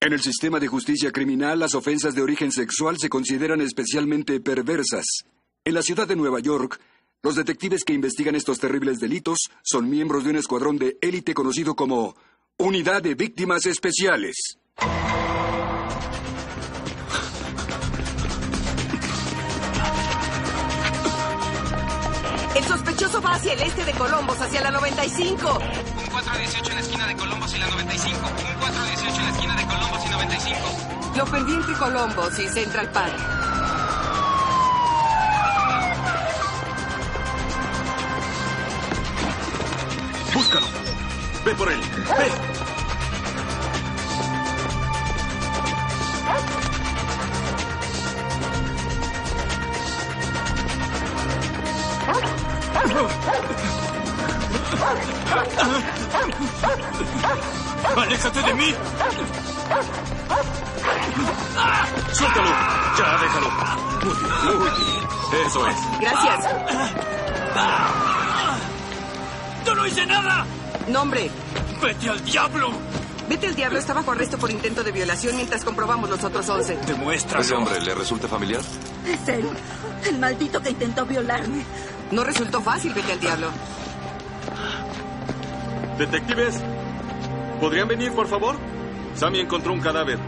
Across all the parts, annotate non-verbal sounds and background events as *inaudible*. En el sistema de justicia criminal, las ofensas de origen sexual se consideran especialmente perversas. En la ciudad de Nueva York, los detectives que investigan estos terribles delitos son miembros de un escuadrón de élite conocido como Unidad de Víctimas Especiales. El sospechoso va hacia el este de Columbus, hacia la 95. Un 418 en la esquina de Columbus y la 95. Un 418 en la esquina de Columbus y 95. Lo perdí entre Columbus y Central Park. Búscalo. Ve por él. Ve. ¡Aléjate de mí! ¡Ah! ¡Suéltalo! Ya, déjalo. Muy bien, muy bien. Eso es. Gracias. ¡Yo no hice nada! Nombre. ¡Vete al diablo! Vete el diablo estaba bajo arresto por intento de violación mientras comprobamos los otros 11. Demuéstralo. Ese hombre le resulta familiar. Es él, el maldito que intentó violarme. No resultó fácil, vete al diablo. Detectives, ¿podrían venir, por favor? Sammy encontró un cadáver.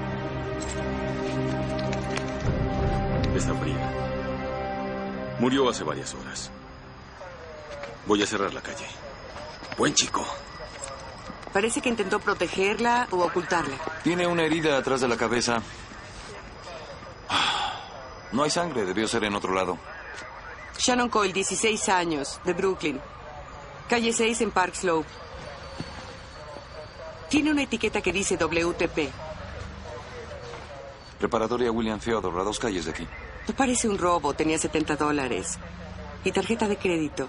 Está fría. Murió hace varias horas. Voy a cerrar la calle. Buen chico. Parece que intentó protegerla o ocultarla. Tiene una herida atrás de la cabeza. Ah, No hay sangre, debió ser en otro lado. Shannon Coyle, 16 años, de Brooklyn. Calle 6 en Park Slope. Tiene una etiqueta que dice WTP. Preparatoria William Theodore, a dos calles de aquí. No parece un robo, tenía 70 dólares. Y tarjeta de crédito.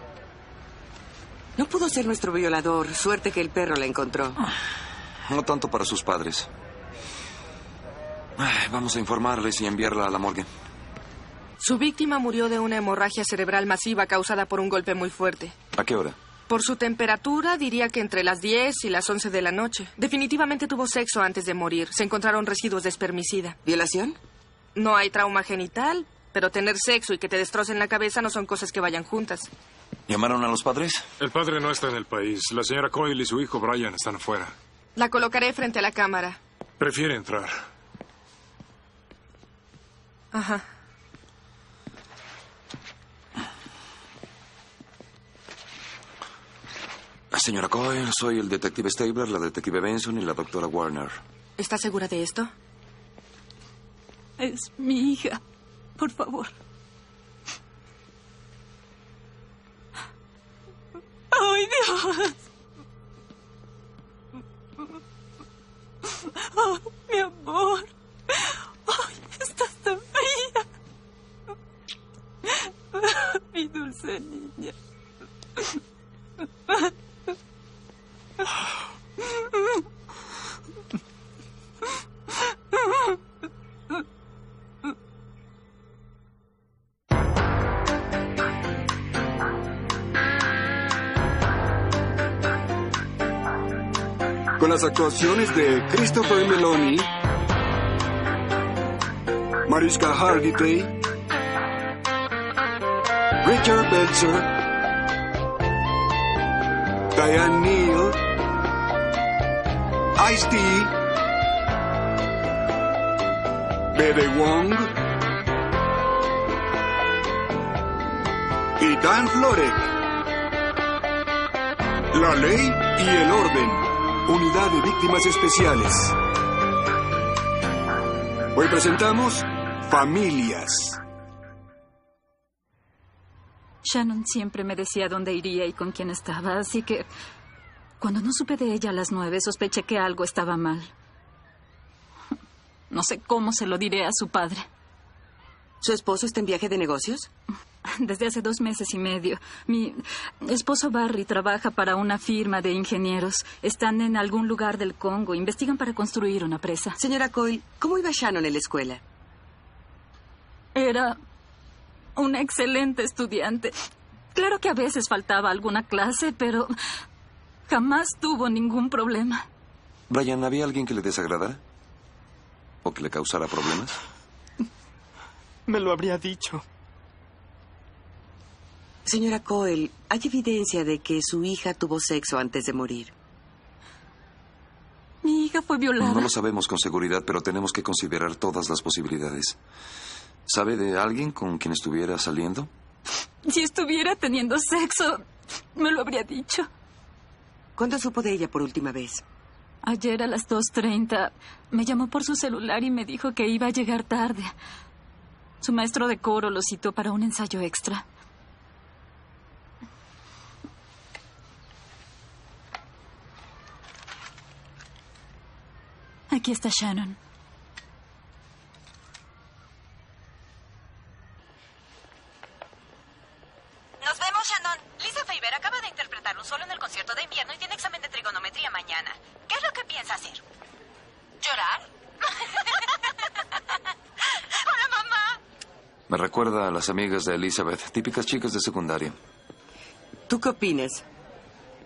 No pudo ser nuestro violador. Suerte que el perro la encontró. No tanto para sus padres. Ay, Vamos a informarles y enviarla a la morgue. Su víctima murió de una hemorragia cerebral masiva causada por un golpe muy fuerte. ¿A qué hora? Por su temperatura, diría que entre las 10 y las 11 de la noche. Definitivamente tuvo sexo antes de morir. Se encontraron residuos de espermicida. ¿Violación? No hay trauma genital, pero tener sexo y que te destrocen la cabeza no son cosas que vayan juntas. ¿Llamaron a los padres? El padre no está en el país. La señora Coyle y su hijo Brian están afuera. La colocaré frente a la cámara. Prefiere entrar. Ajá. Señora Coyle, soy el detective Stabler, la detective Benson y la doctora Warner. ¿Estás segura de esto? Es mi hija. Por favor. ¡Ay, Dios! ¡Oh, mi amor! ¡Ay, estás tan fría! Mi dulce niña. con las actuaciones de Christopher Meloni, Mariska Hargitay, Richard Belzer, Diane Neal, Ice-T, Bebe Wong y Dan Florek. La ley y el orden. Unidad de Víctimas Especiales. Hoy presentamos Familias. Shannon siempre me decía dónde iría y con quién estaba, así que cuando no supe de ella a las nueve, sospeché que algo estaba mal. No sé cómo se lo diré a su padre. ¿Su esposo está en viaje de negocios? Desde hace dos meses y medio. Mi esposo Barry trabaja para una firma de ingenieros. Están en algún lugar del Congo. Investigan para construir una presa. Señora Coyle, ¿cómo iba Shannon en la escuela? Era una excelente estudiante. Claro que a veces faltaba alguna clase, pero jamás tuvo ningún problema. Brian, ¿había alguien que le desagradara? ¿O que le causara problemas? Me lo habría dicho. Señora Coel, hay evidencia de que su hija tuvo sexo antes de morir. Mi hija fue violada. No lo sabemos con seguridad, pero tenemos que considerar todas las posibilidades. ¿Sabe de alguien con quien estuviera saliendo? Si estuviera teniendo sexo, me lo habría dicho. ¿Cuándo supo de ella por última vez? Ayer a las 2.30 me llamó por su celular y me dijo que iba a llegar tarde. Su maestro de coro lo citó para un ensayo extra. Aquí está Shannon. Nos vemos, Shannon. Lisa Faber acaba de interpretar un solo en el concierto de invierno y tiene examen de trigonometría mañana. ¿Qué es lo que piensa hacer? ¿Llorar? *laughs* ¡Hola, mamá! Me recuerda a las amigas de Elizabeth, típicas chicas de secundaria. ¿Tú qué opinas?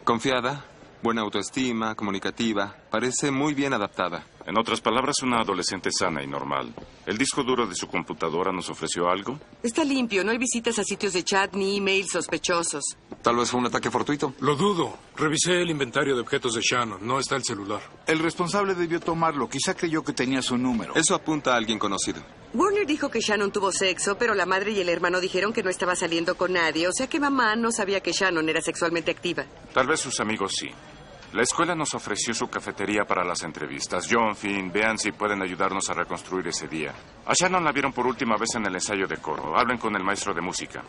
Confiada, buena autoestima, comunicativa. Parece muy bien adaptada. En otras palabras, una adolescente sana y normal. ¿El disco duro de su computadora nos ofreció algo? Está limpio, no hay visitas a sitios de chat ni emails sospechosos. Tal vez fue un ataque fortuito. Lo dudo. Revisé el inventario de objetos de Shannon. No está el celular. El responsable debió tomarlo. Quizá creyó que tenía su número. Eso apunta a alguien conocido. Warner dijo que Shannon tuvo sexo, pero la madre y el hermano dijeron que no estaba saliendo con nadie, o sea que mamá no sabía que Shannon era sexualmente activa. Tal vez sus amigos sí. La escuela nos ofreció su cafetería para las entrevistas. John, Finn, vean si pueden ayudarnos a reconstruir ese día. A Shannon la vieron por última vez en el ensayo de coro. Hablen con el maestro de música.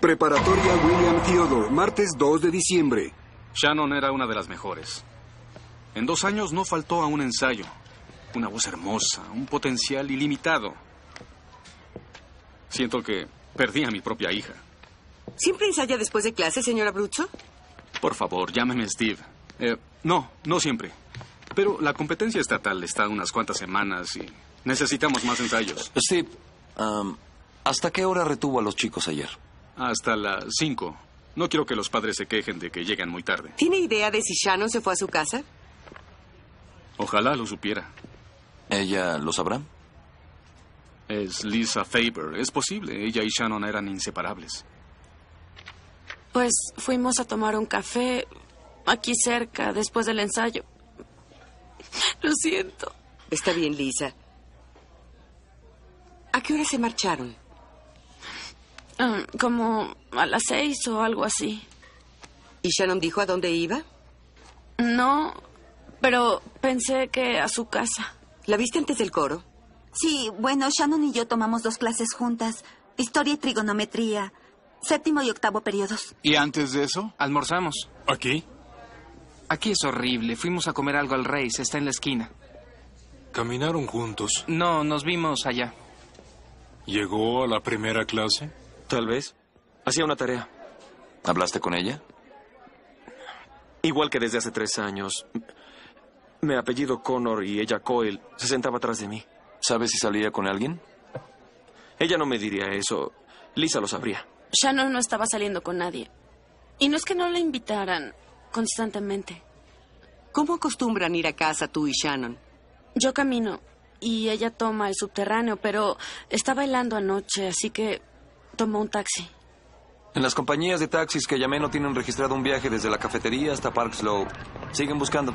Preparatoria William Theodore, martes 2 de diciembre. Shannon era una de las mejores. En dos años no faltó a un ensayo. Una voz hermosa, un potencial ilimitado. Siento que perdí a mi propia hija. ¿Siempre ensaya después de clase, señora Bruzzo? Por favor, llámeme Steve. Eh, no, no siempre. Pero la competencia estatal está unas cuantas semanas y necesitamos más ensayos. Steve, um, ¿hasta qué hora retuvo a los chicos ayer? Hasta las 5. No quiero que los padres se quejen de que llegan muy tarde. ¿Tiene idea de si Shannon se fue a su casa? Ojalá lo supiera. ¿Ella lo sabrá? Es Lisa Faber. Es posible. Ella y Shannon eran inseparables. Pues fuimos a tomar un café aquí cerca, después del ensayo. Lo siento. Está bien, Lisa. ¿A qué hora se marcharon? Ah, como a las seis o algo así. ¿Y Shannon dijo a dónde iba? No, pero pensé que a su casa. ¿La viste antes del coro? Sí, bueno, Shannon y yo tomamos dos clases juntas, historia y trigonometría. Séptimo y octavo periodos. ¿Y antes de eso? Almorzamos. ¿Aquí? Aquí es horrible. Fuimos a comer algo al rey. Se Está en la esquina. ¿Caminaron juntos? No, nos vimos allá. ¿Llegó a la primera clase? Tal vez. Hacía una tarea. ¿Hablaste con ella? Igual que desde hace tres años. Me apellido Connor y ella Coyle. Se sentaba atrás de mí. ¿Sabes si salía con alguien? Ella no me diría eso. Lisa lo sabría. Shannon no estaba saliendo con nadie. Y no es que no la invitaran constantemente. ¿Cómo acostumbran ir a casa tú y Shannon? Yo camino y ella toma el subterráneo, pero está bailando anoche, así que tomó un taxi. En las compañías de taxis que llamé no tienen registrado un viaje desde la cafetería hasta Park Slope. Siguen buscando.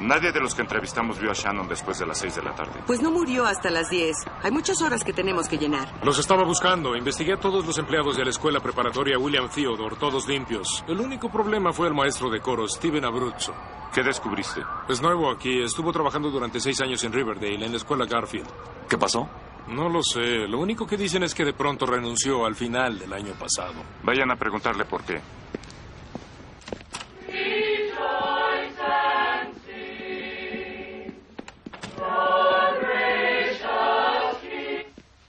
Nadie de los que entrevistamos vio a Shannon después de las 6 de la tarde. Pues no murió hasta las 10. Hay muchas horas que tenemos que llenar. Los estaba buscando. Investigué a todos los empleados de la escuela preparatoria William Theodore, todos limpios. El único problema fue el maestro de coro, Steven Abruzzo. ¿Qué descubriste? Es nuevo aquí. Estuvo trabajando durante seis años en Riverdale, en la escuela Garfield. ¿Qué pasó? No lo sé. Lo único que dicen es que de pronto renunció al final del año pasado. Vayan a preguntarle por qué.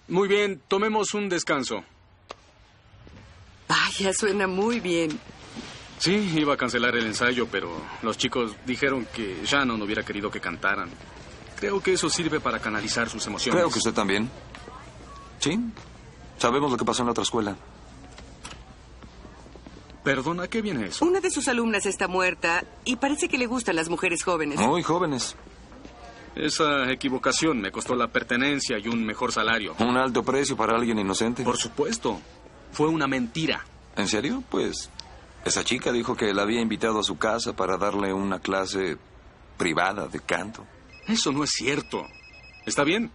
Muy bien, tomemos un descanso. Vaya, suena muy bien. Sí, iba a cancelar el ensayo, pero los chicos dijeron que Shannon hubiera querido que cantaran. Creo que eso sirve para canalizar sus emociones. Creo que usted también. Sí, sabemos lo que pasó en la otra escuela. Perdona, ¿qué viene eso? Una de sus alumnas está muerta y parece que le gustan las mujeres jóvenes. Muy jóvenes. Esa equivocación me costó la pertenencia y un mejor salario. ¿Un alto precio para alguien inocente? Por supuesto. Fue una mentira. ¿En serio? Pues esa chica dijo que la había invitado a su casa para darle una clase privada de canto. Eso no es cierto. Está bien.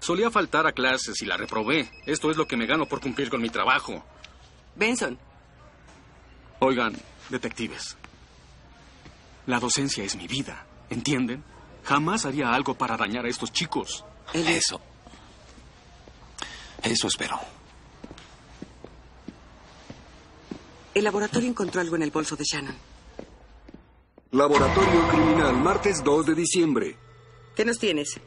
Solía faltar a clases y la reprobé. Esto es lo que me gano por cumplir con mi trabajo. Benson, Oigan, detectives. La docencia es mi vida, ¿entienden? Jamás haría algo para dañar a estos chicos. Eso. Eso espero. el laboratorio encontró algo en el bolso de Shannon. Laboratorio Criminal, martes 2 de diciembre. ¿Qué nos tienes?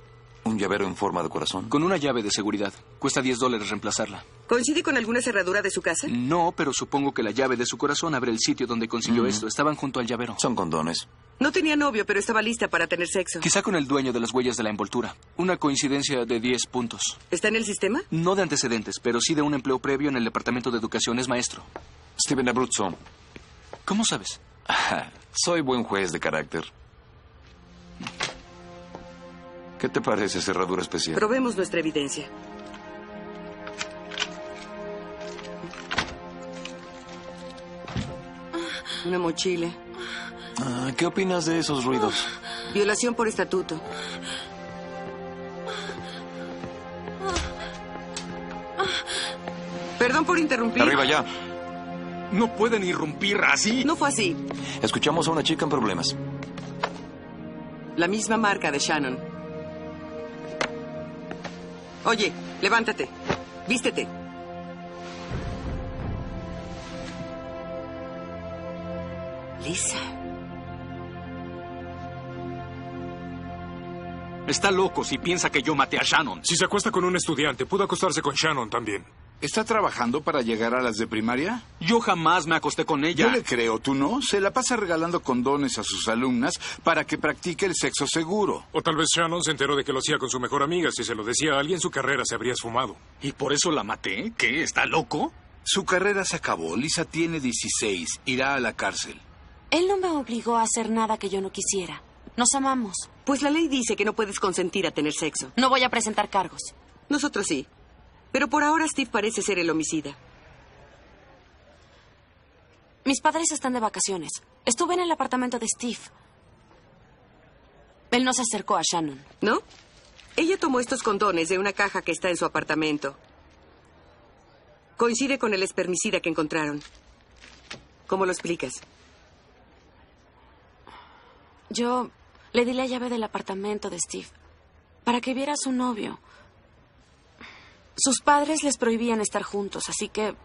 Un llavero en forma de corazón. Con una llave de seguridad. Cuesta 10 dólares reemplazarla. ¿Coincide con alguna cerradura de su casa? No, pero supongo que la llave de su corazón abre el sitio donde consiguió Ujú. esto. Estaban junto al llavero. Son condones. No tenía novio, pero estaba lista para tener sexo. Quizá con el dueño de las huellas de la envoltura. Una coincidencia de 10 puntos. ¿Está en el sistema? No de antecedentes, pero sí de un empleo previo en el Departamento de Educación. Es maestro. Steven Abruzzo. ¿Cómo sabes? Soy buen juez de carácter. ¿Qué te parece cerradura especial? Probemos nuestra evidencia. Una mochila. Ah, ¿Qué opinas de esos ruidos? Violación por estatuto. Perdón por interrumpir. Arriba ya. No pueden irrumpir así. No fue así. Escuchamos a una chica en problemas. La misma marca de Shannon. Oye, levántate. Vístete. Lisa. Está loco si piensa que yo maté a Shannon. Si se acuesta con un estudiante, pudo acostarse con Shannon también. ¿Está trabajando para llegar a las de primaria? Yo jamás me acosté con Yo le creo, tú no. Se la pasa regalando condones a sus alumnas para que practique el sexo seguro. O tal vez Shannon se enteró de que lo hacía con su mejor amiga. Si se lo decía a alguien, su carrera se habría esfumado. ¿Y por eso la maté? ¿Qué? ¿Está loco? Su carrera se acabó. Lisa tiene 16. Irá a la cárcel. Él no me obligó a hacer nada que yo no quisiera. Nos amamos. Pues la ley dice que no puedes consentir a tener sexo. No voy a presentar cargos. Nosotros sí. Pero por ahora Steve parece ser el homicida. Mis padres están de vacaciones. Estuve en el apartamento de Steve. Él no se acercó a Shannon. ¿No? Ella tomó estos condones de una caja que está en su apartamento. Coincide con el espermicida que encontraron. ¿Cómo lo explicas? Yo le di la llave del apartamento de Steve para que viera a su novio. Sus padres les prohibían estar juntos, así que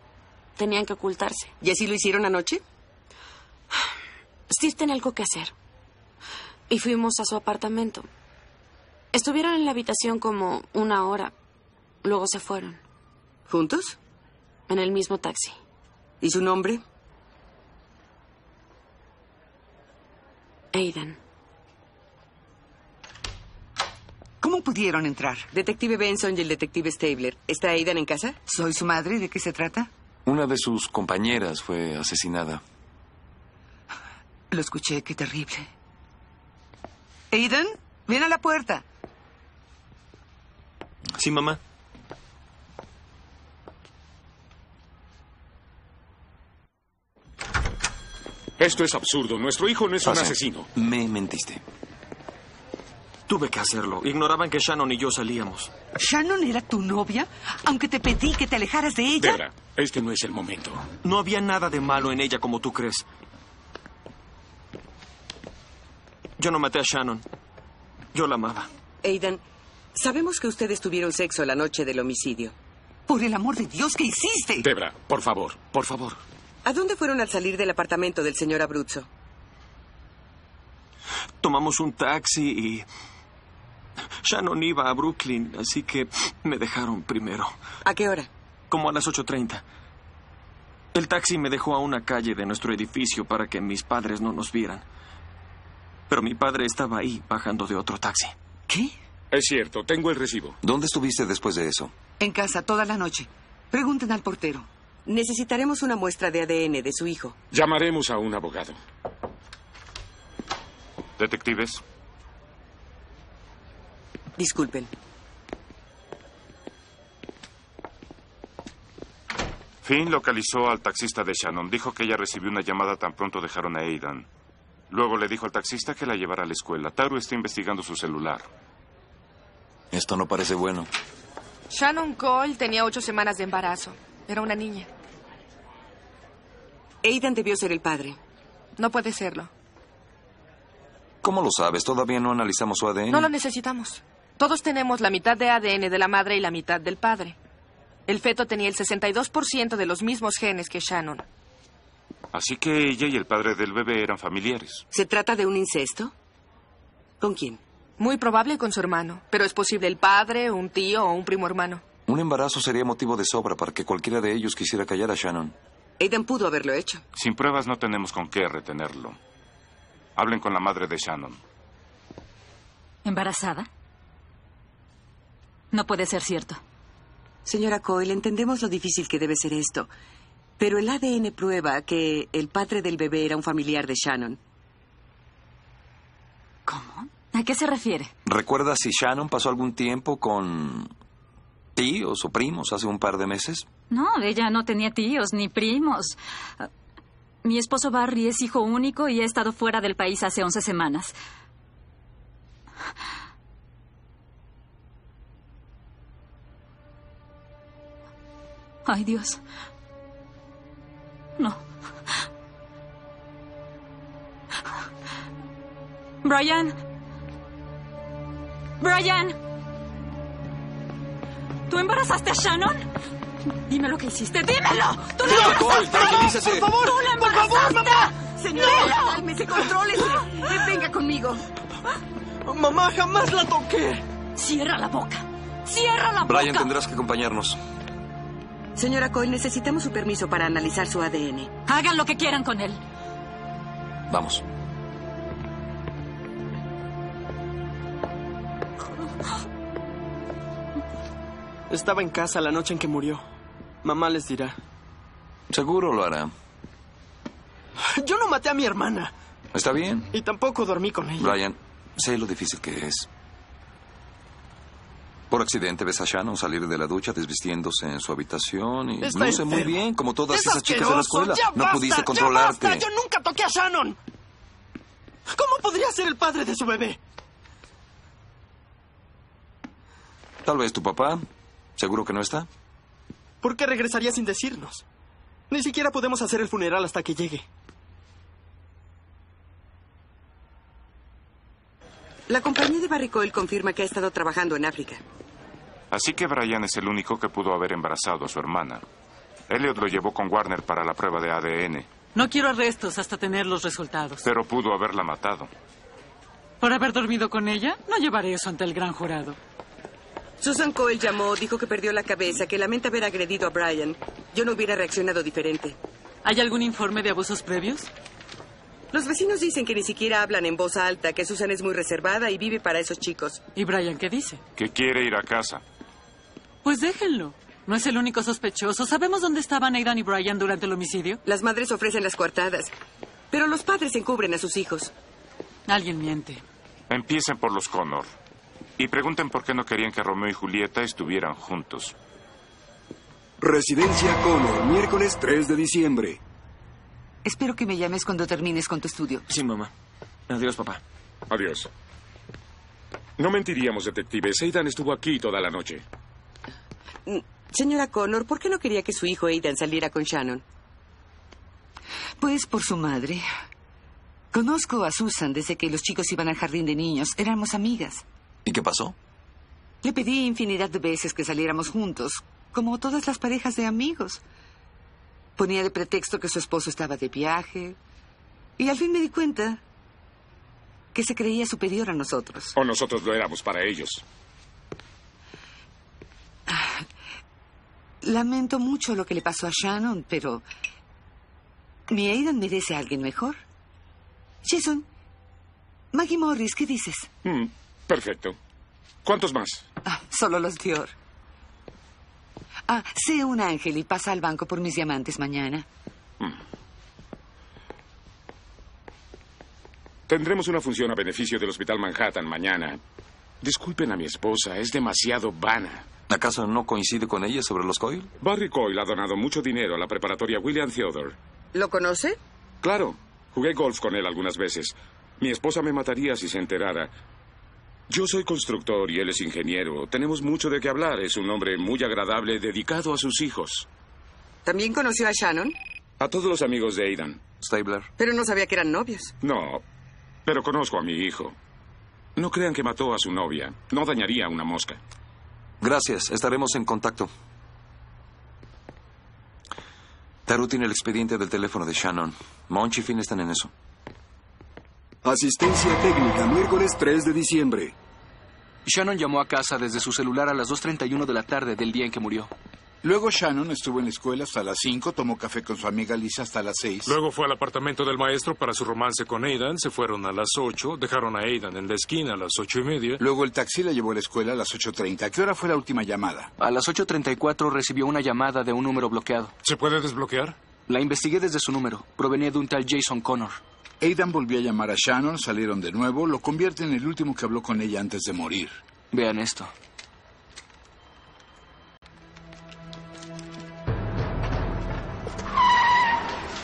tenían que ocultarse. ¿Y así lo hicieron anoche? Steve tenía algo que hacer. Y fuimos a su apartamento. Estuvieron en la habitación como una hora. Luego se fueron. ¿Juntos? En el mismo taxi. ¿Y su nombre? Aidan. ¿Cómo pudieron entrar? Detective Benson y el detective Stabler. ¿Está Aidan en casa? ¿Soy su madre? ¿De qué se trata? Una de sus compañeras fue asesinada. Lo escuché, qué terrible. Aiden, ven a la puerta. Sí, mamá. Esto es absurdo. Nuestro hijo no es un Pase. asesino. Me mentiste. Tuve que hacerlo. Ignoraban que Shannon y yo salíamos. ¿Shannon era tu novia? Aunque te pedí que te alejaras de ella. Vera, este no es el momento. No había nada de malo en ella como tú crees. Yo no maté a Shannon. Yo la amaba. Aidan, sabemos que ustedes tuvieron sexo la noche del homicidio. Por el amor de Dios, ¿qué hiciste? Debra, por favor, por favor. ¿A dónde fueron al salir del apartamento del señor Abruzzo? Tomamos un taxi y... Shannon iba a Brooklyn, así que me dejaron primero, ¿A qué hora? como a las 8.30. El taxi me dejó a una calle de nuestro edificio para que mis padres no nos vieran. Pero mi padre estaba ahí bajando de otro taxi. ¿Qué? Es cierto, tengo el recibo. ¿Dónde estuviste después de eso? En casa toda la noche. Pregunten al portero. Necesitaremos una muestra de ADN de su hijo. Llamaremos a un abogado. Detectives, Disculpen. Finn localizó al taxista de Shannon. Dijo que ella recibió una llamada tan pronto dejaron a Aidan. Luego le dijo al taxista que la llevara a la escuela. Taru está investigando su celular. Esto no parece bueno. Shannon Cole tenía ocho semanas de embarazo. Era una niña. Aidan debió ser el padre. No puede serlo. ¿Cómo lo sabes? Todavía no analizamos su ADN. No lo necesitamos. Todos tenemos la mitad de ADN de la madre y la mitad del padre. El feto tenía el 62% de los mismos genes que Shannon. Así que ella y el padre del bebé eran familiares. ¿Se trata de un incesto? ¿Con quién? Muy probable con su hermano, pero es posible el padre, un tío o un primo hermano. Un embarazo sería motivo de sobra para que cualquiera de ellos quisiera callar a Shannon. Aiden pudo haberlo hecho. Sin pruebas no tenemos con qué retenerlo. Hablen con la madre de Shannon. ¿Embarazada? No puede ser cierto. Señora Coyle, entendemos lo difícil que debe ser esto, pero el ADN prueba que el padre del bebé era un familiar de Shannon. ¿Cómo? ¿A qué se refiere? ¿Recuerdas si Shannon pasó algún tiempo con tíos o primos hace un par de meses? No, ella no tenía tíos ni primos. Ah, Mi esposo Barry es hijo único y ha estado fuera del país hace 11 semanas. Ay, Dios. No. Brian. Brian. ¿Tú embarazaste a Shannon? Dime lo que hiciste, dímelo. ¡Tú la No, Cole, embarazaste! tranquilícese. ¡Por favor! ¡Tú la Por favor, embarazaste! Señora, ¡No! cálmese, contrólese. Eh, Venga conmigo. *gasps* Mamá, jamás la toqué. Cierra la boca. Cierra la Brian, boca. tendrás que acompañarnos. Señora Coyle, necesitamos su permiso para analizar su ADN. Hagan lo que quieran con él. Vamos. Estaba en casa la noche en que murió. Mamá les dirá. Seguro lo hará. Yo no maté a mi hermana. ¿Está bien? Y tampoco dormí con ella. Brian, sé lo difícil que es. Por accidente ves a Shannon salir de la ducha desvistiéndose en su habitación y Está luce muy enferma. bien, como todas ¡Es esas chicas de la escuela. asqueroso! ¡Ya no basta! pudiste ¡Ya controlarte. basta! ¡Yo nunca toqué a Shannon! ¿Cómo podría ser el padre de su bebé? Tal vez tu papá. ¿Seguro que no está? ¿Por qué regresaría sin decirnos? Ni siquiera podemos hacer el funeral hasta que llegue. La compañía de Barry Coyle confirma que ha estado trabajando en África. Así que Brian es el único que pudo haber embarazado a su hermana. Elliot lo llevó con Warner para la prueba de ADN, No quiero arrestos hasta tener los resultados. pero pudo haberla matado. Por haber dormido con ella, no llevaré eso ante el gran jurado. Susan Coyle llamó, dijo que perdió la cabeza, que lamenta haber agredido a Brian. Yo no hubiera reaccionado diferente. ¿Hay algún informe de abusos previos? Los vecinos dicen que ni siquiera hablan en voz alta, que Susan es muy reservada y vive para esos chicos. ¿Y Brian qué dice? Que quiere ir a casa. Pues déjenlo. No es el único sospechoso. ¿Sabemos dónde estaban Aidan y Brian durante el homicidio? Las madres ofrecen las coartadas, pero los padres encubren a sus hijos. Alguien miente. Empiecen por los Connor. Y pregunten por qué no querían que Romeo y Julieta estuvieran juntos. Residencia Connor, miércoles 3 de diciembre. Espero que me llames cuando termines con tu estudio. Sí, mamá. Adiós, papá. Adiós. No mentiríamos, detectives. Aidan estuvo aquí toda la noche. Mm, Señora Connor, ¿por qué no quería que su hijo Aidan saliera con Shannon? Pues por su madre. Conozco a Susan desde que los chicos iban al jardín de niños. Éramos amigas. ¿Y qué pasó? Le pedí infinidad de veces que saliéramos juntos, como todas las parejas de amigos. Ponía de pretexto que su esposo estaba de viaje. Y al fin me di cuenta que se creía superior a nosotros. O nosotros lo éramos para ellos. Lamento mucho lo que le pasó a Shannon, pero. Mi Aidan merece a alguien mejor. Jason, Maggie Morris, ¿qué dices? Mm, perfecto. ¿Cuántos más? Ah, solo los Dior. Ah, sé un ángel y pasa al banco por mis diamantes mañana. Tendremos una función a beneficio del Hospital Manhattan mañana. Disculpen a mi esposa, es demasiado vana. ¿Acaso no coincide con ella sobre los Coyle? Barry Coyle ha donado mucho dinero a la preparatoria William Theodore. ¿Lo conoce? Claro, jugué golf con él algunas veces. Mi esposa me mataría si se enterara. Yo soy constructor y él es ingeniero. Tenemos mucho de qué hablar. Es un hombre muy agradable, dedicado a sus hijos. ¿También conoció a Shannon? A todos los amigos de Aidan. Stabler. Pero no sabía que eran novios. No, pero conozco a mi hijo. No crean que mató a su novia. No dañaría a una mosca. Gracias, estaremos en contacto. Taru tiene el expediente del teléfono de Shannon. Monch y Finn están en eso. Asistencia técnica, miércoles 3 de diciembre. Shannon llamó a casa desde su celular a las 2.31 de la tarde del día en que murió. Luego Shannon estuvo en la escuela hasta las 5, tomó café con su amiga Lisa hasta las 6. Luego fue al apartamento del maestro para su romance con Aidan. Se fueron a las 8, dejaron a Aidan en la esquina a las ocho y media. Luego el taxi la llevó a la escuela a las 8.30. ¿Qué hora fue la última llamada? A las 8.34 recibió una llamada de un número bloqueado. ¿Se puede desbloquear? La investigué desde su número. Provenía de un tal Jason Connor. Aidan volvió a llamar a Shannon, salieron de nuevo, lo convierte en el último que habló con ella antes de morir. Vean esto.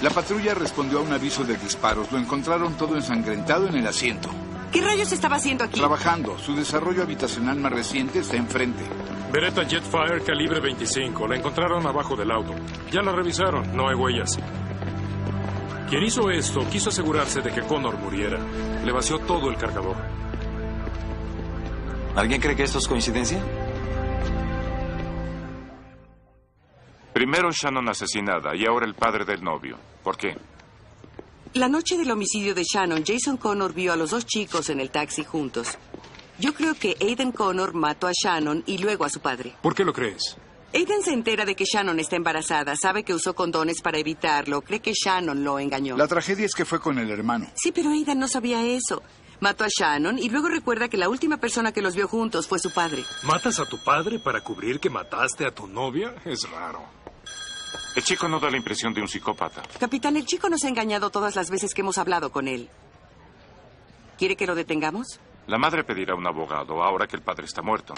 La patrulla respondió a un aviso de disparos. Lo encontraron todo ensangrentado en el asiento. ¿Qué rayos estaba haciendo aquí? Trabajando. Su desarrollo habitacional más reciente está enfrente. Beretta Jetfire calibre 25. La encontraron abajo del auto. Ya la revisaron. No hay huellas. Quien hizo esto quiso asegurarse de que Connor muriera. Le vació todo el cargador. ¿Alguien cree que esto es coincidencia? Primero Shannon asesinada y ahora el padre del novio. ¿Por qué? La noche del homicidio de Shannon, Jason Connor vio a los dos chicos en el taxi juntos. Yo creo que Aiden Connor mató a Shannon y luego a su padre. ¿Por qué lo crees? Aiden se entera de que Shannon está embarazada, sabe que usó condones para evitarlo, cree que Shannon lo engañó. La tragedia es que fue con el hermano. Sí, pero Aiden no sabía eso. Mató a Shannon y luego recuerda que la última persona que los vio juntos fue su padre. ¿Matas a tu padre para cubrir que mataste a tu novia? Es raro. El chico no da la impresión de un psicópata. Capitán, el chico nos ha engañado todas las veces que hemos hablado con él. ¿Quiere que lo detengamos? La madre pedirá un abogado ahora que el padre está muerto.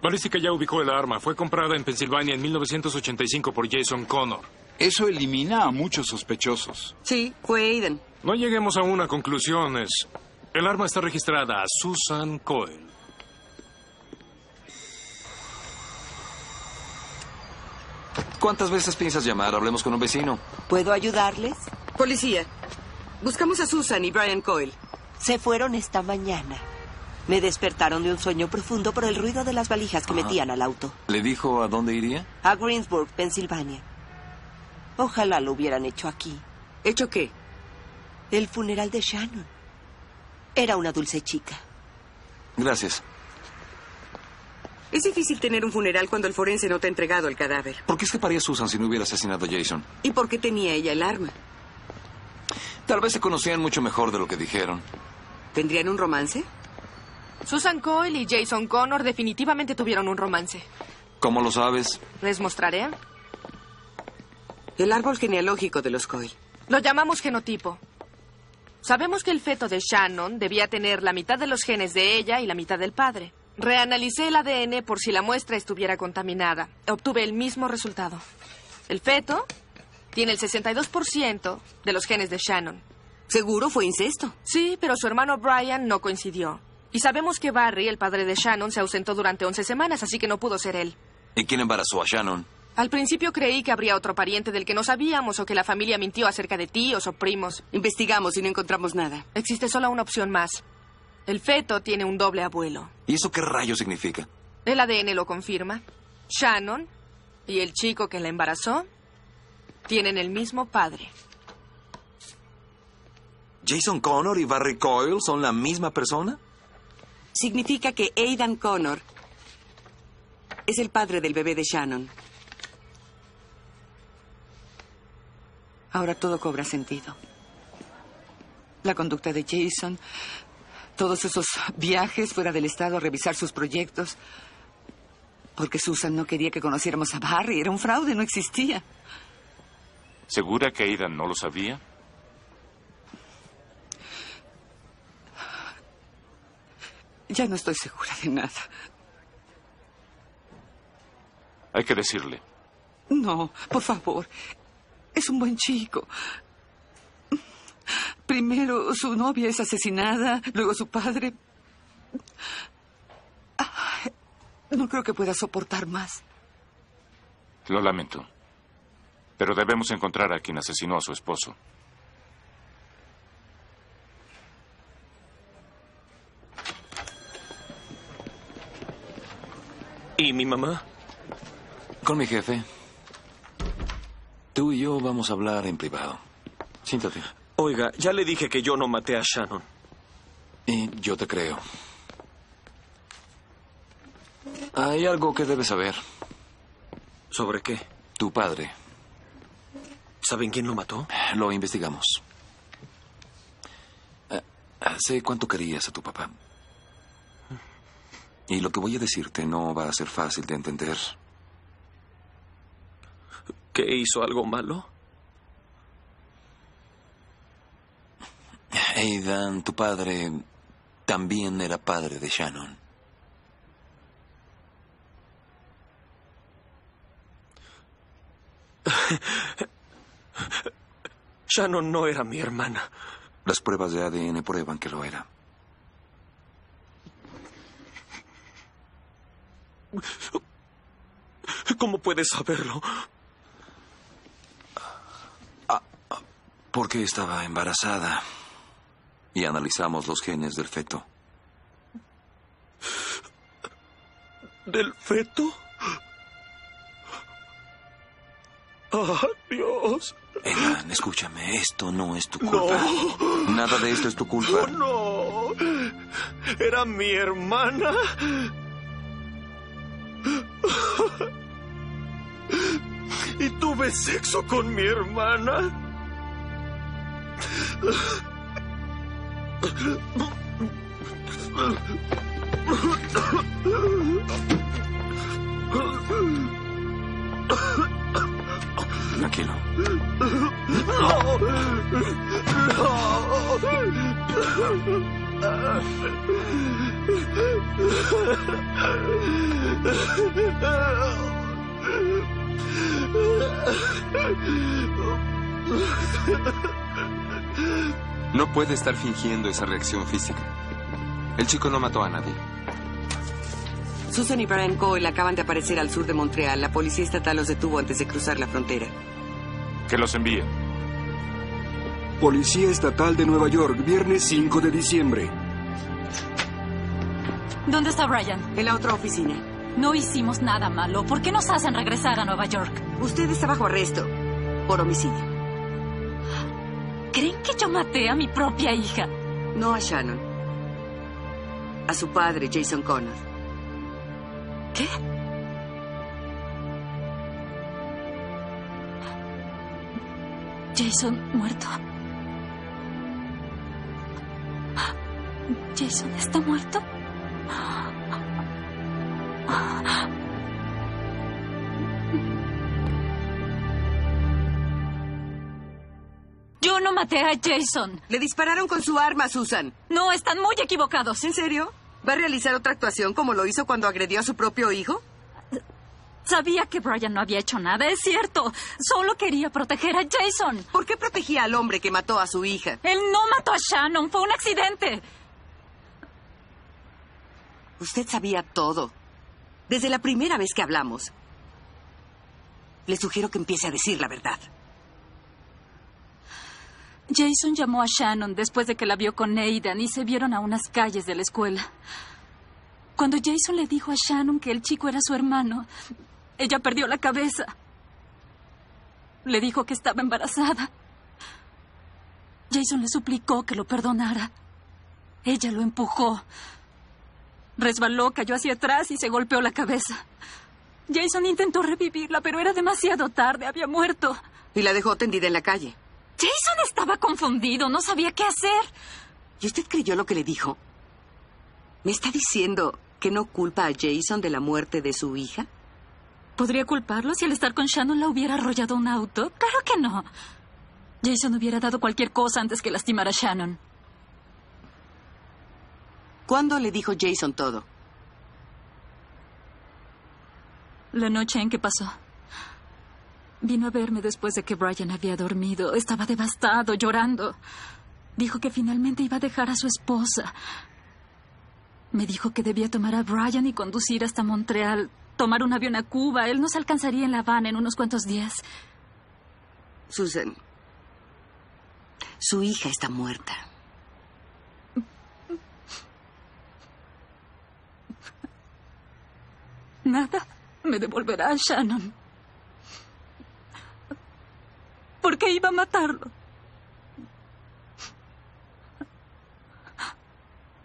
Balística ya ubicó el arma. Fue comprada en Pensilvania en 1985 por Jason Connor. Eso elimina a muchos sospechosos. Sí, fue Aiden. No lleguemos a una conclusión. Es... El arma está registrada a Susan Coyle. ¿Cuántas veces piensas llamar? Hablemos con un vecino. ¿Puedo ayudarles? Policía, buscamos a Susan y Brian Coyle. Se fueron esta mañana. Me despertaron de un sueño profundo por el ruido de las valijas que Ajá. metían al auto. ¿Le dijo a dónde iría? A Greensburg, Pensilvania. Ojalá lo hubieran hecho aquí. ¿Hecho qué? El funeral de Shannon. Era una dulce chica. Gracias. Es difícil tener un funeral cuando el forense no te ha entregado el cadáver. ¿Por qué escaparía Susan si no hubiera asesinado a Jason? ¿Y por qué tenía ella el arma? Tal vez se conocían mucho mejor de lo que dijeron. ¿Tendrían un romance? Susan Coyle y Jason Connor definitivamente tuvieron un romance. ¿Cómo lo sabes? ¿Les mostraré? El árbol genealógico de los Coy. Lo llamamos genotipo. Sabemos que el feto de Shannon debía tener la mitad de los genes de ella y la mitad del padre. Reanalicé el ADN por si la muestra estuviera contaminada. Obtuve el mismo resultado. El feto tiene el 62% de los genes de Shannon. Seguro fue incesto. Sí, pero su hermano Brian no coincidió. Y sabemos que Barry, el padre de Shannon, se ausentó durante 11 semanas, así que no pudo ser él. ¿Y quién embarazó a Shannon? Al principio creí que habría otro pariente del que no sabíamos o que la familia mintió acerca de tíos o primos. Investigamos y no encontramos nada. Existe solo una opción más. El feto tiene un doble abuelo. ¿Y eso qué rayo significa? El ADN lo confirma. Shannon y el chico que la embarazó tienen el mismo padre. ¿Jason Connor y Barry Coyle son la misma persona? Significa que Aidan Connor es el padre del bebé de Shannon. Ahora todo cobra sentido. La conducta de Jason, todos esos viajes fuera del estado a revisar sus proyectos. Porque Susan no quería que conociéramos a Barry, era un fraude, no existía. ¿Segura que Aidan no lo sabía? Ya no estoy segura de nada. Hay que decirle. No, por favor. Es un buen chico. Primero su novia es asesinada, luego su padre. Ah, No creo que pueda soportar más. Lo lamento. Pero debemos encontrar a quien asesinó a su esposo. ¿Y mi mamá? Con mi jefe. Tú y yo vamos a hablar en privado. Siéntate. Oiga, ya le dije que yo no maté a Shannon. Y yo te creo. Hay algo que debes saber. ¿Sobre qué? Tu padre. ¿Saben quién lo mató? Lo investigamos. Eh, Sé cuánto querías a tu papá. Y lo que voy a decirte no va a ser fácil de entender. ¿Que hizo algo malo? Aidan, tu padre también era padre de Shannon. Shannon no era mi hermana. Las pruebas de ADN prueban que lo era. ¿Cómo puedes saberlo? Porque estaba embarazada. Y analizamos los genes del feto. ¿Del feto? ¡Ah, Dios! Elan, escúchame, esto no es tu culpa. Nada de esto es tu culpa. ¡No! ¿Era mi hermana? ¿Y tuve sexo con mi hermana? Tranquilo. ¡No! No puede estar fingiendo esa reacción física. El chico no mató a nadie. Susan y Brian Coyle acaban de aparecer al sur de Montreal. La policía estatal los detuvo antes de cruzar la frontera. Que los envíe. Policía Estatal de Nueva York, viernes 5 de diciembre. ¿Dónde está Brian? En la otra oficina. No hicimos nada malo. ¿Por qué nos hacen regresar a Nueva York? Usted está bajo arresto por homicidio. ¿Creen que yo maté a mi propia hija? No a Shannon. A su padre, Jason Connor. ¿Qué? Jason muerto. Jason está muerto. Yo no maté a Jason. Le dispararon con su arma, Susan. No, están muy equivocados. ¿En serio? ¿Va a realizar otra actuación como lo hizo cuando agredió a su propio hijo? Sabía que Brian no había hecho nada, es cierto. Solo quería proteger a Jason. ¿Por qué protegía al hombre que mató a su hija? Él no mató a Shannon, fue un accidente. Usted sabía todo. Desde la primera vez que hablamos. Le sugiero que empiece a decir la verdad. Jason llamó a Shannon después de que la vio con Aidan y se vieron a unas calles de la escuela. Cuando Jason le dijo a Shannon que el chico era su hermano, ella perdió la cabeza. Le dijo que estaba embarazada. Jason le suplicó que lo perdonara. Ella lo empujó. Resbaló, cayó hacia atrás y se golpeó la cabeza. Jason intentó revivirla, pero era demasiado tarde, había muerto. Y la dejó tendida en la calle. Jason estaba confundido, no sabía qué hacer. ¿Y usted creyó lo que le dijo? ¿Me está diciendo que no culpa a Jason de la muerte de su hija? ¿Podría culparlo si al estar con Shannon la hubiera arrollado un auto? Claro que no. Jason hubiera dado cualquier cosa antes que lastimar a Shannon. ¿Cuándo le dijo Jason todo? La noche en que pasó. Vino a verme después de que Brian había dormido. Estaba devastado, llorando. Dijo que finalmente iba a dejar a su esposa. Me dijo que debía tomar a Brian y conducir hasta Montreal, tomar un avión a Cuba. Él nos alcanzaría en La Habana en unos cuantos días. Susan, su hija está muerta. Nada me devolverá a Shannon. ¿Por qué iba a matarlo?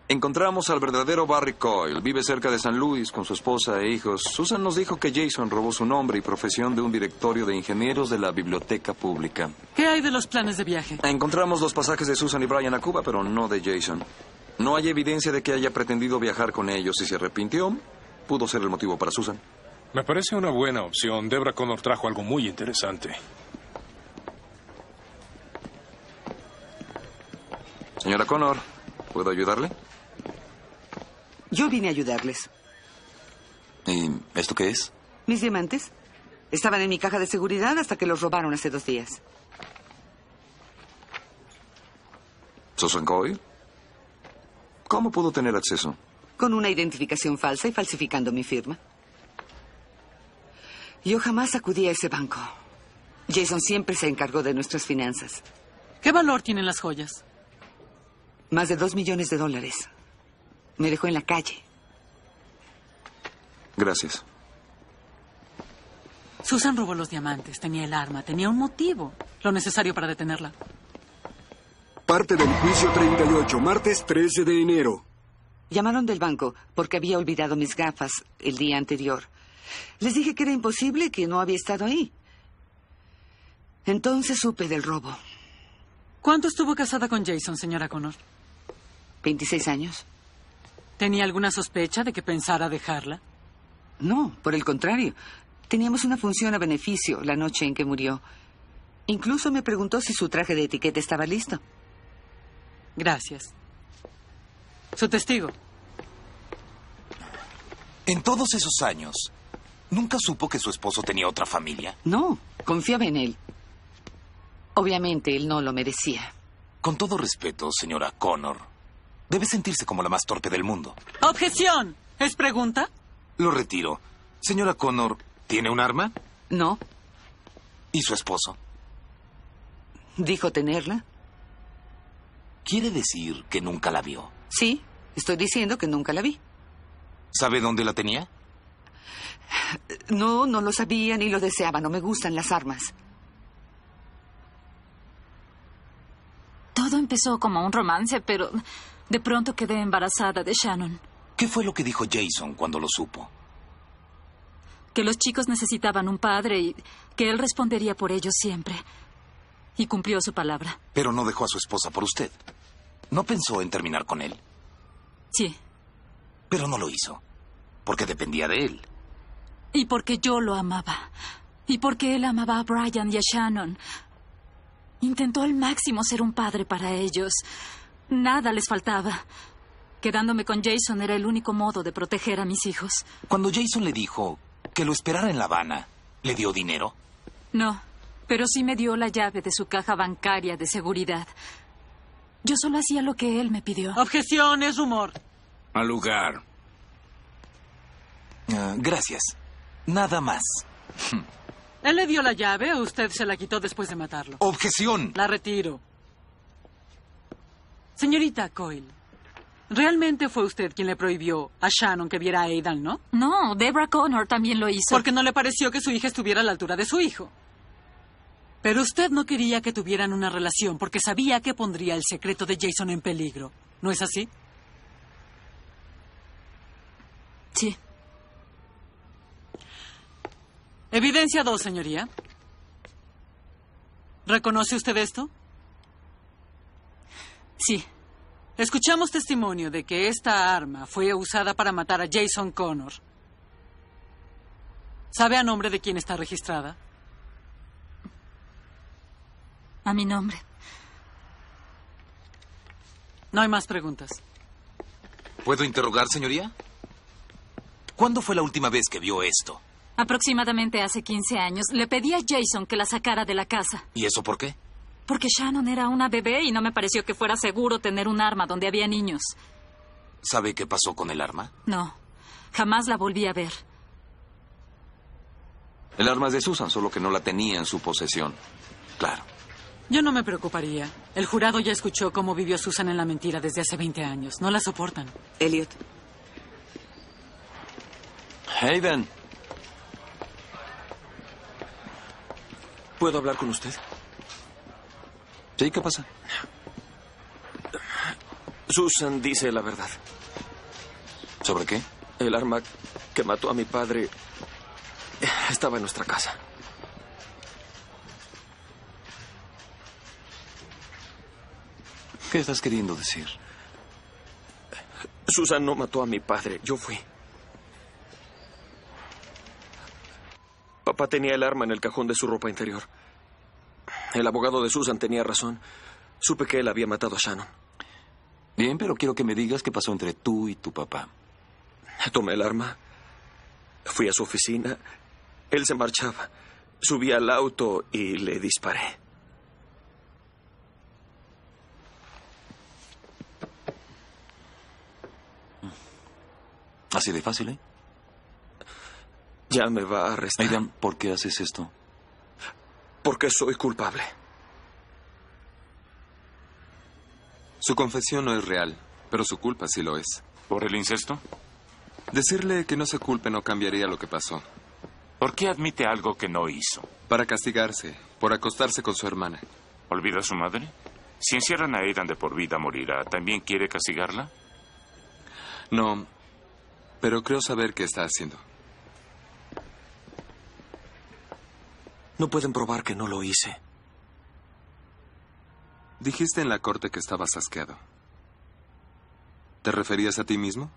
Encontramos al verdadero Barry Coyle. Vive cerca de San Luis con su esposa e hijos. Susan nos dijo que Jason robó su nombre y profesión de un directorio de ingenieros de la biblioteca pública. ¿Qué hay de los planes de viaje? Encontramos los pasajes de Susan y Brian a Cuba, pero no de Jason. No hay evidencia de que haya pretendido viajar con ellos y se arrepintió. Pudo ser el motivo para Susan. Me parece una buena opción. Debra Connor trajo algo muy interesante. Señora Connor, ¿puedo ayudarle? Yo vine a ayudarles. ¿Y esto qué es? Mis diamantes estaban en mi caja de seguridad hasta que los robaron hace dos días. ¿Susan Coyle? ¿Cómo pudo tener acceso? Con una identificación falsa y falsificando mi firma. Yo jamás acudí a ese banco. Jason siempre se encargó de nuestras finanzas. ¿Qué valor tienen las joyas? Más de dos millones de dólares. Me dejó en la calle. Gracias. Susan robó los diamantes, tenía el arma, tenía un motivo, lo necesario para detenerla. Parte del juicio 38, martes 13 de enero. Llamaron del banco porque había olvidado mis gafas el día anterior. Les dije que era imposible que no había estado ahí. Entonces supe del robo. ¿Cuánto estuvo casada con Jason, señora Connor? 26 años. ¿Tenía alguna sospecha de que pensara dejarla? No, por el contrario. Teníamos una función a beneficio la noche en que murió. Incluso me preguntó si su traje de etiqueta estaba listo. Gracias. Su testigo. En todos esos años, ¿nunca supo que su esposo tenía otra familia? No, confiaba en él. Obviamente él no lo merecía. Con todo respeto, señora Connor, debe sentirse como la más torpe del mundo. ¡Objeción! ¿Es pregunta? Lo retiro. Señora Connor, ¿tiene un arma? No, ¿Y su esposo? dijo tenerla. ¿Quiere decir que nunca la vio? Sí, estoy diciendo que nunca la vi. ¿Sabe dónde la tenía? No, no lo sabía ni lo deseaba. No me gustan las armas. Todo empezó como un romance, pero de pronto quedé embarazada de Shannon. ¿Qué fue lo que dijo Jason cuando lo supo? Que los chicos necesitaban un padre y que él respondería por ellos siempre. Y cumplió su palabra. Pero no dejó a su esposa por usted. No pensó en terminar con él, Sí. pero no lo hizo. Porque dependía de él. Y porque yo lo amaba. Y porque él amaba a Brian y a Shannon. Intentó al máximo ser un padre para ellos. Nada les faltaba. Quedándome con Jason era el único modo de proteger a mis hijos. Cuando Jason le dijo que lo esperara en La Habana, ¿le dio dinero? No, pero sí me dio la llave de su caja bancaria de seguridad. Yo solo hacía lo que él me pidió. Objeción, es rumor. Al lugar. Ah, gracias. Nada más. Él le dio la llave o usted se la quitó después de matarlo. Objeción. La retiro. Señorita Coyle, realmente fue usted quien le prohibió a Shannon que viera a Aidan, ¿no? No, Deborah Connor también lo hizo. Porque no le pareció que su hija estuviera a la altura de su hijo. Pero usted no quería que tuvieran una relación porque sabía que pondría el secreto de Jason en peligro. ¿No es así? Sí. Evidencia 2, señoría. ¿Reconoce usted esto? Sí. Escuchamos testimonio de que esta arma fue usada para matar a Jason Connor. ¿Sabe a nombre de quién está registrada? A mi nombre. No hay más preguntas. ¿Puedo interrogar, señoría? ¿Cuándo fue la última vez que vio esto? Aproximadamente hace 15 años le pedí a Jason que la sacara de la casa, ¿Y eso por qué? porque Shannon era una bebé y no me pareció que fuera seguro tener un arma donde había niños. ¿Sabe qué pasó con el arma? No, jamás la volví a ver. El arma es de Susan, solo que no la tenía en su posesión. Claro. Yo no me preocuparía. El jurado ya escuchó cómo vivió Susan en la mentira desde hace 20 años. No la soportan. Elliot. Hayden. ¿Puedo hablar con usted? Sí, ¿qué pasa? Susan dice la verdad. ¿Sobre qué? El arma que mató a mi padre estaba en nuestra casa. ¿Qué estás queriendo decir? Susan no mató a mi padre, yo fui. Papá tenía el arma en el cajón de su ropa interior. El abogado de Susan tenía razón. Supe que él había matado a Shannon. Bien, pero quiero que me digas qué pasó entre tú y tu papá. Tomé el arma, fui a su oficina, él se marchaba, subí al auto y le disparé. Así de fácil, ¿eh? Ya me va a arrestar. Aidan, ¿por qué haces esto? Porque soy culpable. Su confesión no es real, pero su culpa sí lo es. ¿Por el incesto? Decirle que no se culpe no cambiaría lo que pasó. ¿Por qué admite algo que no hizo? Para castigarse, por acostarse con su hermana. ¿Olvida a su madre? Si encierran a Aidan de por vida, morirá. ¿También quiere castigarla? No, pero creo saber qué está haciendo. No pueden probar que no lo hice. Dijiste en la corte que estabas asqueado. ¿Te referías a ti mismo?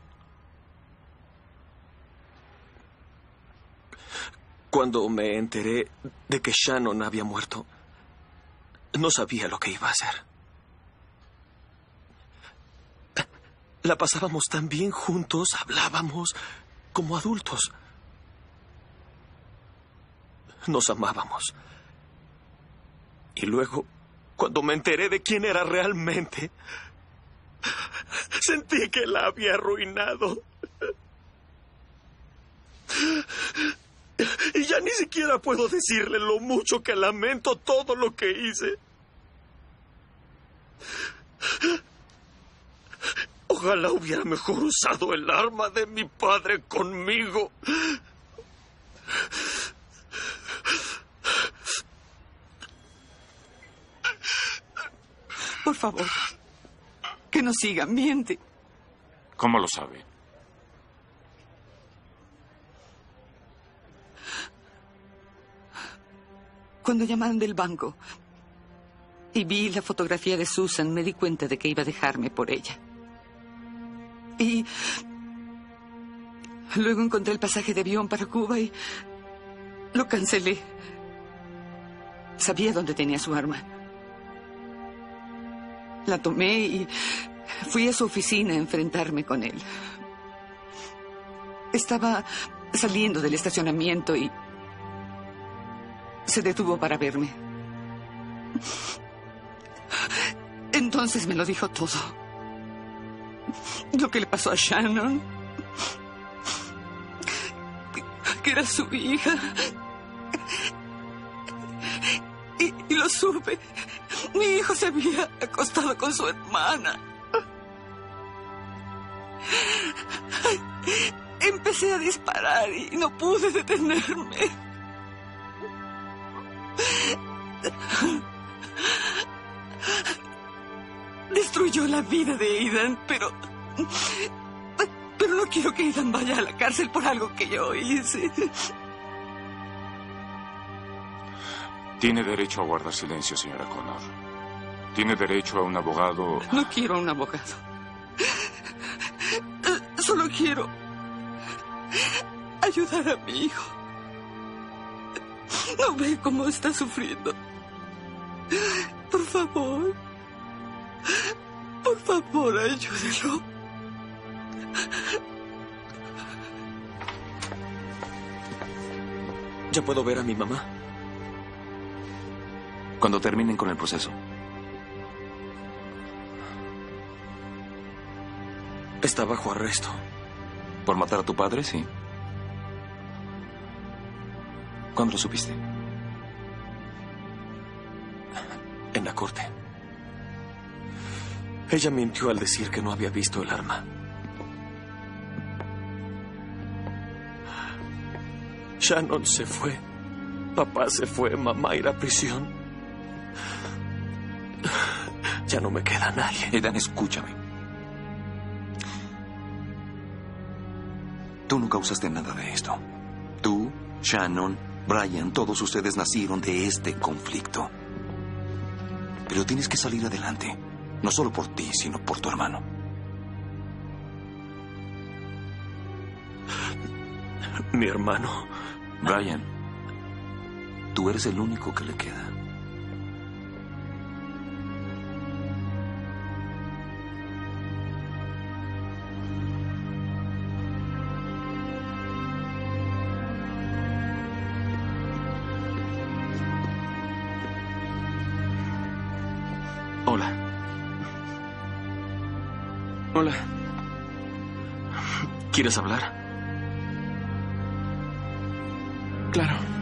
Cuando me enteré de que Shannon había muerto, no sabía lo que iba a hacer. La pasábamos tan bien juntos, hablábamos como adultos. Nos amábamos. Y luego, cuando me enteré de quién era realmente, sentí que la había arruinado. Y ya ni siquiera puedo decirle lo mucho que lamento todo lo que hice. Ojalá hubiera mejor usado el arma de mi padre conmigo. Por favor, que no siga, miente. ¿Cómo lo sabe? Cuando llamaron del banco y vi la fotografía de Susan, me di cuenta de que iba a dejarme por ella. Y luego encontré el pasaje de avión para Cuba y lo cancelé. Sabía dónde tenía su arma. La tomé y fui a su oficina a enfrentarme con él. Estaba saliendo del estacionamiento y se detuvo para verme. Entonces me lo dijo todo. Lo que le pasó a Shannon. Que era su hija. Y, y lo supe. Mi hijo se había acostado con su hermana. Empecé a disparar y no pude detenerme. Destruyó la vida de Aidan, pero. Pero no quiero que Aidan vaya a la cárcel por algo que yo hice. Tiene derecho a guardar silencio, señora Connor. Tiene derecho a un abogado. No quiero un abogado. Solo quiero ayudar a mi hijo. No ve cómo está sufriendo. Por favor. Por favor, ayúdelo. ¿Ya puedo ver a mi mamá? Cuando terminen con el proceso. Está bajo arresto. ¿Por matar a tu padre? Sí. ¿Cuándo lo supiste? En la corte. Ella mintió al decir que no había visto el arma. Shannon se fue. Papá se fue. Mamá irá a prisión. Ya no me queda nadie. Edan, escúchame. Tú no causaste nada de esto. Tú, Shannon, Brian, todos ustedes nacieron de este conflicto. Pero tienes que salir adelante. No solo por ti, sino por tu hermano. Mi hermano. Brian, tú eres el único que le queda. Hola. Hola. ¿Quieres hablar? Claro.